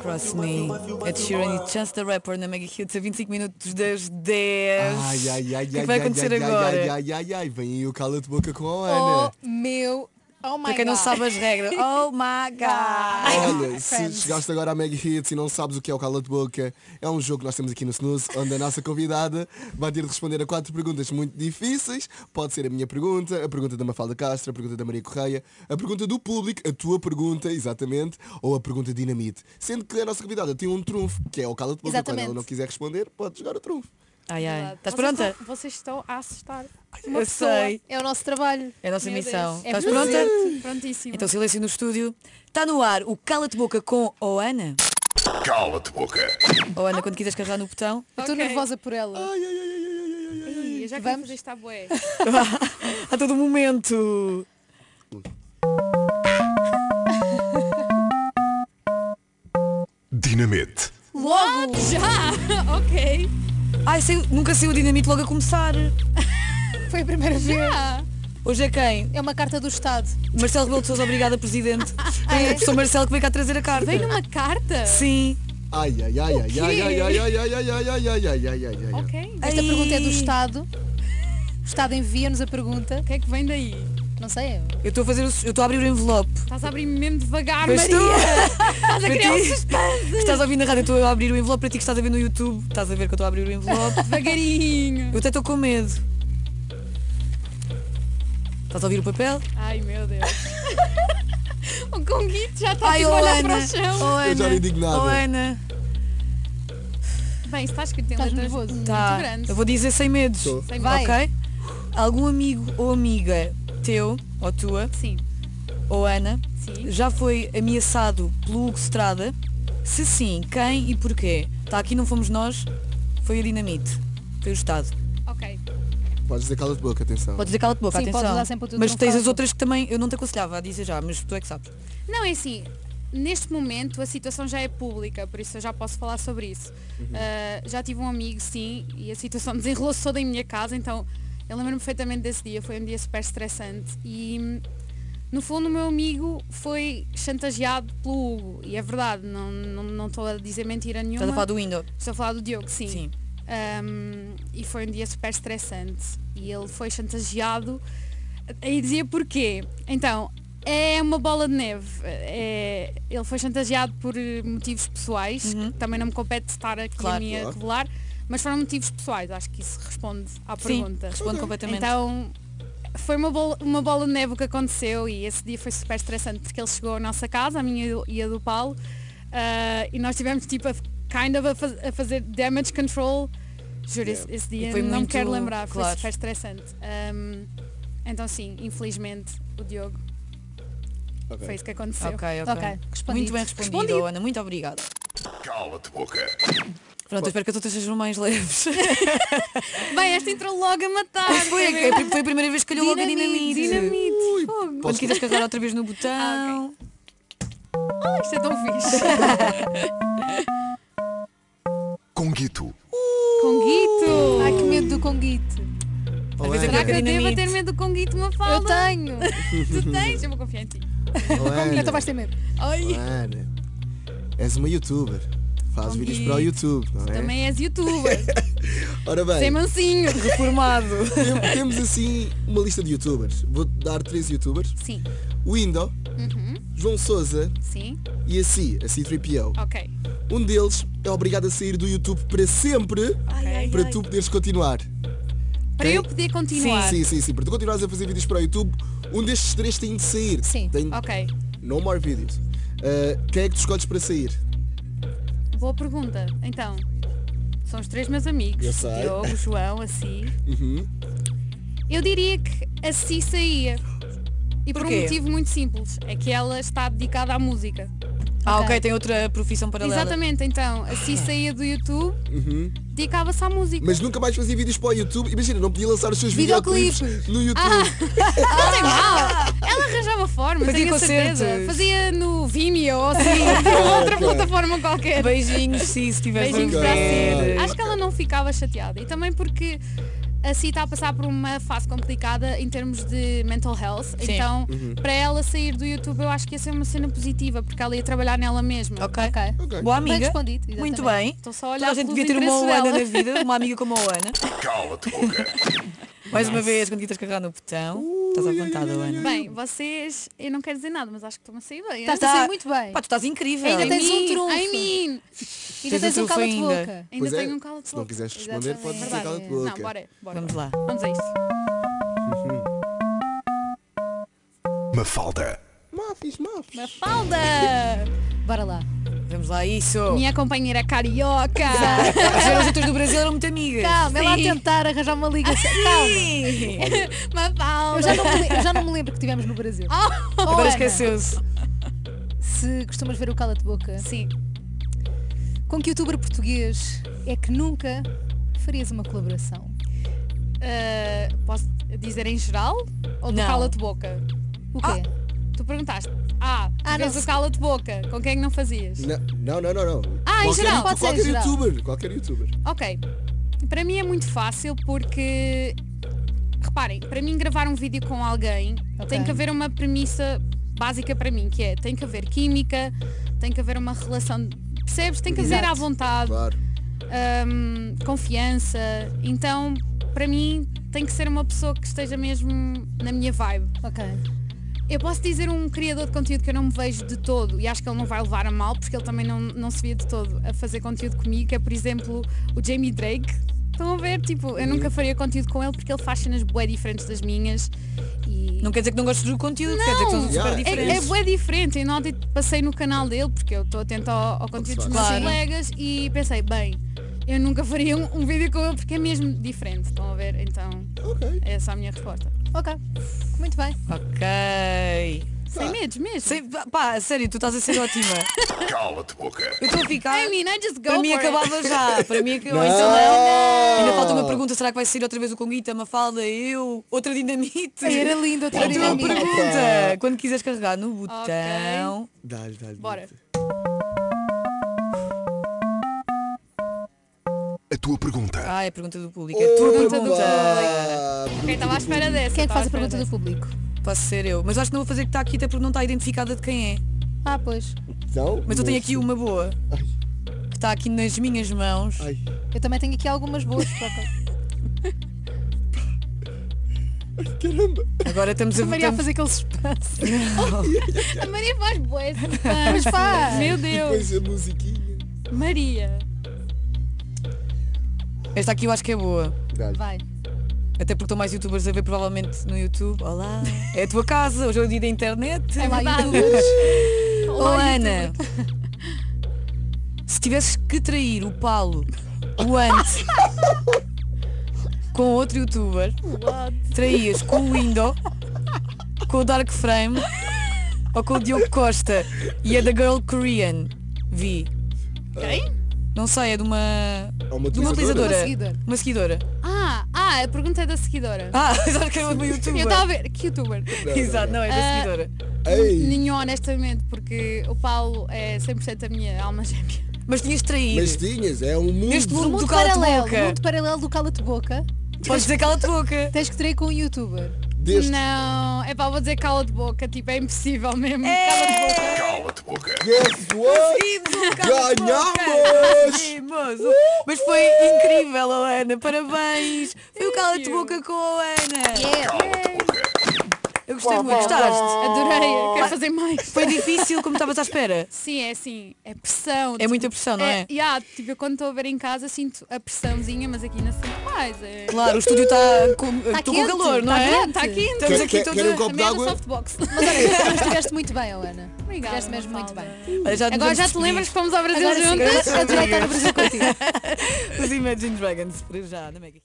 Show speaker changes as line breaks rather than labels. Cross Me, Ed Sheeran e Chance the Rapper na Mega Hits a 25 minutos das 10.
Ai, ai, ai,
o que é
ai,
que vai
ai,
acontecer
ai, ai,
agora?
Ai, ai, ai, ai, vem aí o cala-te-boca com a
Oh
Ana.
meu. Oh my
Para quem não
God.
sabe as regras. Oh my God!
Olha, se
Friends.
chegaste agora à Mega Hits e não sabes o que é o cala-te-boca, é um jogo que nós temos aqui no Snooze, onde a nossa convidada vai ter de responder a quatro perguntas muito difíceis. Pode ser a minha pergunta, a pergunta da Mafalda Castro, a pergunta da Maria Correia, a pergunta do público, a tua pergunta, exatamente, ou a pergunta dinamite. Sendo que a nossa convidada tem um trunfo, que é o cala-te-boca. Quando
Exatamente.
ela não quiser responder, pode jogar o trunfo.
Ai, ai. Estás
Vocês
Tá pronta?
estão- Vocês estão a assustar.
Eu sei.
É o nosso trabalho.
É a nossa
Meu
missão.
Deus.
Estás
É
pronta?
Prontíssima.
Então silêncio no estúdio. Está no ar o Cala-te-boca com a Ana.
Cala-te boca.
Ou Ana, quando quiseres carregar no botão.
Eu estou
Ok.
nervosa por ela.
Ai, ai, ai, ai, ai, ai, ai, ai.
Ih, eu já
Vamos.
vamos está bué.
a todo um momento.
Dinamite.
Logo!
Ah, Já! ok.
Ai, saiu- nunca saiu o dinamite logo a começar.
Foi a primeira vez.
Ah,
Hoje é quem?
É uma carta do Estado.
Marcelo Rebelo de Sousa, obrigada, Presidente. É o professor Marcelo que veio cá trazer a carta.
veio numa carta?
Sim.
Ai, ai, ai, ai, ai, ai, ai, ai, ai, ai, ai, ai, ai, ai, ai, ai.
Ok.
Esta
Ai.
pergunta é do Estado. O Estado envia-nos a pergunta.
O que é que vem daí?
Não sei eu.
Eu estou a fazer o su- eu estou a abrir o envelope.
Estás a abrir-me mesmo devagar,
Mas tu-
Maria. Estás a
Para
criar um
ti- que estás a ouvir na rádio, eu estou a abrir o envelope para ti que estás a ver no YouTube. Estás a ver que eu estou a abrir o envelope.
devagarinho.
Eu até estou com medo. Estás a ouvir o papel?
Ai, meu Deus. o Conguito já está
Ai,
tipo, a
oh,
olhar para
Ana.
o chão.
Oh,
Eu já
Ana.
nem digo nada.
Oh, Ana.
Bem, se está escrito em
Estás
letras
nervoso?
muito
Tá.
grandes.
Eu vou dizer sem medos.
Tô.
Sem
Vai.
Ok? Algum amigo ou amiga teu, ou tua,
Sim.
ou Ana,
Sim.
já foi ameaçado pelo Hugo Strada? Se sim, quem e porquê? Está aqui, não fomos nós, foi a Dinamite. Foi o Estado.
Ok.
Podes dizer cala-te-boca, atenção.
Podes dizer cala-te boca,
Sim,
atenção.
podes usar sempre o teu
mas
tom
tens as
falso.
outras que também, eu não te aconselhava a dizer já, mas tu é que sabes.
Não, é assim, neste momento a situação já é pública, por isso eu já posso falar sobre isso. Ah, já tive um amigo, sim, e a situação desenrolou-se toda em minha casa, então eu lembro-me perfeitamente desse dia, foi um dia super estressante e hum, no fundo o meu amigo foi chantageado pelo Hugo, e é verdade, não não- não estou a dizer mentira nenhuma.
Estás a falar do Windows.
Estou a falar do Diogo, sim.
Sim.
Um, e foi um dia super estressante. E ele foi chantageado. E dizia porquê. Então, é uma bola de neve. É- ele foi chantageado por eh, motivos pessoais. que também não me compete estar aqui
Uhum. Claro.
a mim a
Claro.
revelar. Mas foram motivos pessoais. Acho que isso responde à
Sim,
pergunta.
responde completamente.
Então foi uma bola, uma bola de neve o que aconteceu e esse dia foi super estressante porque ele chegou à nossa casa, a minha e do- e a do Paulo, ah, e nós tivemos tipo a, kind of a, faz- a fazer damage control. Juro, esse, esse dia
E foi
não me
muito-
quero lembrar, foi
claro.
super estressante. Ahm, então sim, infelizmente o Diogo
Ok.
foi isso que aconteceu.
Ok, ok.
Ok,
Muito
respondido.
bem respondido,
Respondido.
Ana, muito obrigada.
Cala-te boca.
Pronto, eu espero que as outras sejam mais leves.
Bem, esta entrou logo a matar. é
foi, a- foi a primeira vez que calhou logo a É dinamite.
dinamite.
Ui,
Quando
posso...
quiseres carregar outra vez no botão.
Ah, Ah, isto é tão fixe.
Conguito.
Conguito.
Ai que medo do Conguito.
Às vezes eu
Será
quero
que eu devo
dinamite.
ter medo do Conguito, uma
Eu
fala?
tenho.
Tu tens? Eu vou confiar em ti.
Oh, Ana,
Então vais ter medo.
Ai.
Ana, é, né? és uma youtuber. Faz
Conguito.
vídeos para o YouTube, não é?
Também és youtuber,
Ora
sem
bem,
mansinho.
Reformado.
tem- temos assim uma lista de youtubers. Vou dar três youtubers.
Sim,
O Indo,
Uhum.
João Souza
sim,
e a Si, a C3PO.
ok.
Um deles é obrigado a sair do YouTube para sempre para tu poderes continuar.
Para
Ok?
eu poder continuar.
Sim, sim, sim. Para tu continuares a fazer vídeos para o YouTube, um destes três tem de sair.
Sim.
Tem...
Ok,
No more videos. Ah, quem é que tu escolhes para sair?
boa pergunta. Então, são os três meus amigos.
Eu sei.
Diogo, João, assim.
Uhum.
Eu diria que a Si saía. E por
Porquê?
um motivo muito simples, é que ela está dedicada à música.
Ah, ok,
Ok.
tem outra profissão paralela.
Exatamente, então, a
Ah.
Si saía do YouTube, dedicava-se à música.
Uhum. Mas nunca mais fazia vídeos para o YouTube. Imagina, não podia lançar os seus
Videoclipes.
videoclipes
Ah,
no YouTube.
Não tem mal. Ela arranjava forma,
Fazia
tenho a certeza.
concertos.
Fazia no Vimeo ou assim, ou outra plataforma qualquer.
Beijinhos, sim, se tiveres
Beijinhos
a
para
ver.
si.
Acho que ela não ficava chateada. E também porque a Si está a passar por uma fase complicada em termos de mental health.
Sim.
Então,
Uhum.
para ela sair do YouTube, eu acho que ia ser uma cena positiva, porque ela ia trabalhar nela mesma.
Ok.
Ok.
Ok.
Boa
Bem
amiga.
respondido, exatamente.
Muito bem.
Estou só a olhar
Toda a gente
pelos
devia ter uma
interesses
Oana
dela.
na vida, uma amiga como a Oana.
Cala-te boca.
Mais uma vez, quando quitas carregar no botão, estás à vontade, Oana.
Bem, vocês, eu não quero dizer nada, mas acho que estão a sair
Tá,
bem. hein?
Estás a sair muito bem.
Pá, tu estás incrível.
Ainda
I
tens um
mean,
trunfo.
I mean.
Ainda
Tens
tens
o
um cala de
trunfo ainda.
boca.
Ainda
Pois é,
tenho um cala de
se não
boca.
quiseres responder,
Exatamente.
podes dizer
Verdade.
cala-te boca.
Não, bora, bora.
Vamos lá.
Vamos a isto.
Mafalda.
Mafis, mafis.
Mafalda!
Bora lá.
Vamos lá, isso.
Minha companheira carioca!
As veras juntas do Brasil eram muito amigas.
Calma, ela a
Sim.
tentar arranjar uma ligação. Calma.
Sim.
Eu
Mafalda!
já, não me, le- eu já não me lembro que tivemos no Brasil.
Oh!
Ou, Ana,
Ah. Agora esqueceu-se.
Se costumas ver o cala de boca,
Sim.
com que youtuber português é que nunca farias uma colaboração?
Ah, posso dizer em geral? Ou do
Não.
cala-te boca?
O quê?
Tu perguntaste. Ah,
Ah,
ah vês
não.
o cala-te boca. Com quem é que não fazias?
Não, não, não, não.
Ah, em
qualquer,
geral.
Pode ser em
qualquer
geral.
youtuber, qualquer youtuber.
Ok. Para mim é muito fácil porque reparem, para mim gravar um vídeo com alguém
Ok.
tem que haver uma premissa básica para mim, que é tem que haver química, tem que haver uma relação, percebes? Tem que haver
Exato.
à vontade,
Claro.
hum, confiança. Então, para mim tem que ser uma pessoa que esteja mesmo na minha vibe.
Ok.
Eu posso dizer um criador de conteúdo que eu não me vejo de todo e acho que ele não vai levar a mal porque ele também não, não se via de todo a fazer conteúdo comigo, que é por exemplo o Jamie Drake. Estão a ver? Tipo, eu nunca faria conteúdo com ele porque ele faz cenas bué diferentes das minhas e.
Não quer dizer que não gostes do conteúdo, quer dizer que são super
Yeah, é-
É, é
diferentes.
bué diferente, eu não passei no canal dele porque eu estou atenta ao, ao conteúdo dos meus
Claro.
colegas e pensei, bem, eu nunca faria um, um vídeo com ele porque é mesmo diferente, estão a ver? Então
Ok.
essa é a minha resposta.
Ok. Muito bem.
Ok.
Sem medos mesmo.
Sei, pá, pá, a sério, tu estás a ser ótima.
Cala-te boca.
Eu estou a ficar.
I mean, I just go
Para mim
for it.
acabava já. Para mim acabava. Então
Não.
Ainda falta uma pergunta, será que vai sair outra vez o Conguita, Mafalda, eu, outra dinamite?
Ai, era lindo, outra
A tua
dinamite.
pergunta, quando quiseres carregar no botão.
Dá-lhe, dá-lhe.
Bora.
A tua pergunta.
Ai, a Ah, é pergunta do público. A tua pergunta.
Ok, estava tá à espera dessa.
Quem é que
estava
faz a
à espera
pergunta do público?
Posso ser eu. Mas acho que não vou fazer que está aqui até porque não está identificada de quem é.
Ah, pois.
Então,
Mas eu tenho aqui uma boa.
Ai.
Que está aqui nas minhas mãos.
Ai.
Eu também tenho aqui algumas boas. por acaso.
Caramba.
Agora estamos a
A Maria a
estamos-
fazer aquele suspense.
A Maria faz boas.
Mas faz.
Meu Deus.
Depois a musiquinha.
Maria.
Esta aqui eu acho que é boa.
Dá-lhe.
Vai.
Até porque estão mais youtubers a ver provavelmente no YouTube. Olá. É a tua casa, hoje é o dia da internet.
Olá,
verdade.
youtubers.
Ô Ana, se tivesses que trair o Paulo, o Ante, com outro youtuber, traías com o Window, com o Dark Frame ou com o Diogo Costa e a da Girl Korean? Vi.
Quem?
Não sei, é de uma.
Há uma
de uma
utilizadora.
utilizadora.
Uma seguidora.
Uma seguidora.
Ah, ah, a pergunta é da seguidora.
Ah, já que é uma
Eu
youtuber.
estava a ver. Que youtuber?
Exato, não, é da
Ah,
seguidora.
Ei.
Nenhum, honestamente, porque o Paulo é 100% a minha alma gêmea.
Mas tinhas traído.
Mas tinhas, é um mundo.
Neste
Do
mundo do
mundo
cala
paralelo,
boca.
do mundo paralelo do cala-te boca,
Podes dizer cala-te boca.
tens que trair com um youtuber.
Deste.
Não, é para vou dizer cala de boca, tipo, é impossível mesmo.
Cala-te boca.
Guess what?
Conseguimos!
Ganhamos!
Conseguimos! Mas foi incrível, oh Ana, parabéns! Foi o cala-te boca com a Ana!
Cala-te boca.
Eu gostei muito, gostaste?
Adorei, eu quero fazer mais.
Foi difícil como estavas à espera.
Sim, é assim, é pressão.
É muita pressão, não é?
yeah, tipo, eu quando estou a ver em casa sinto a pressãozinha, mas aqui na cena mais. É...
Claro, o estúdio está com,
Tá
tô com
quente,
calor, não
tá
é?
quente.
Está aqui, então.
Estamos
Quer-
aqui
quer-
todos.
querem um copo
Também é
d'água?
do softbox.
Mas olha, tu estiveste muito bem, oh Ana.
Obrigada,
Estiveste mesmo muito
Mafalda.
bem.
Olha, já
Agora
devemos
já te lembras que fomos ao Brasil
Agora sim, tá
juntos?
agora adorei estar no Brasil contigo.
despedir Os Imagine Dragons, para já, na Mega.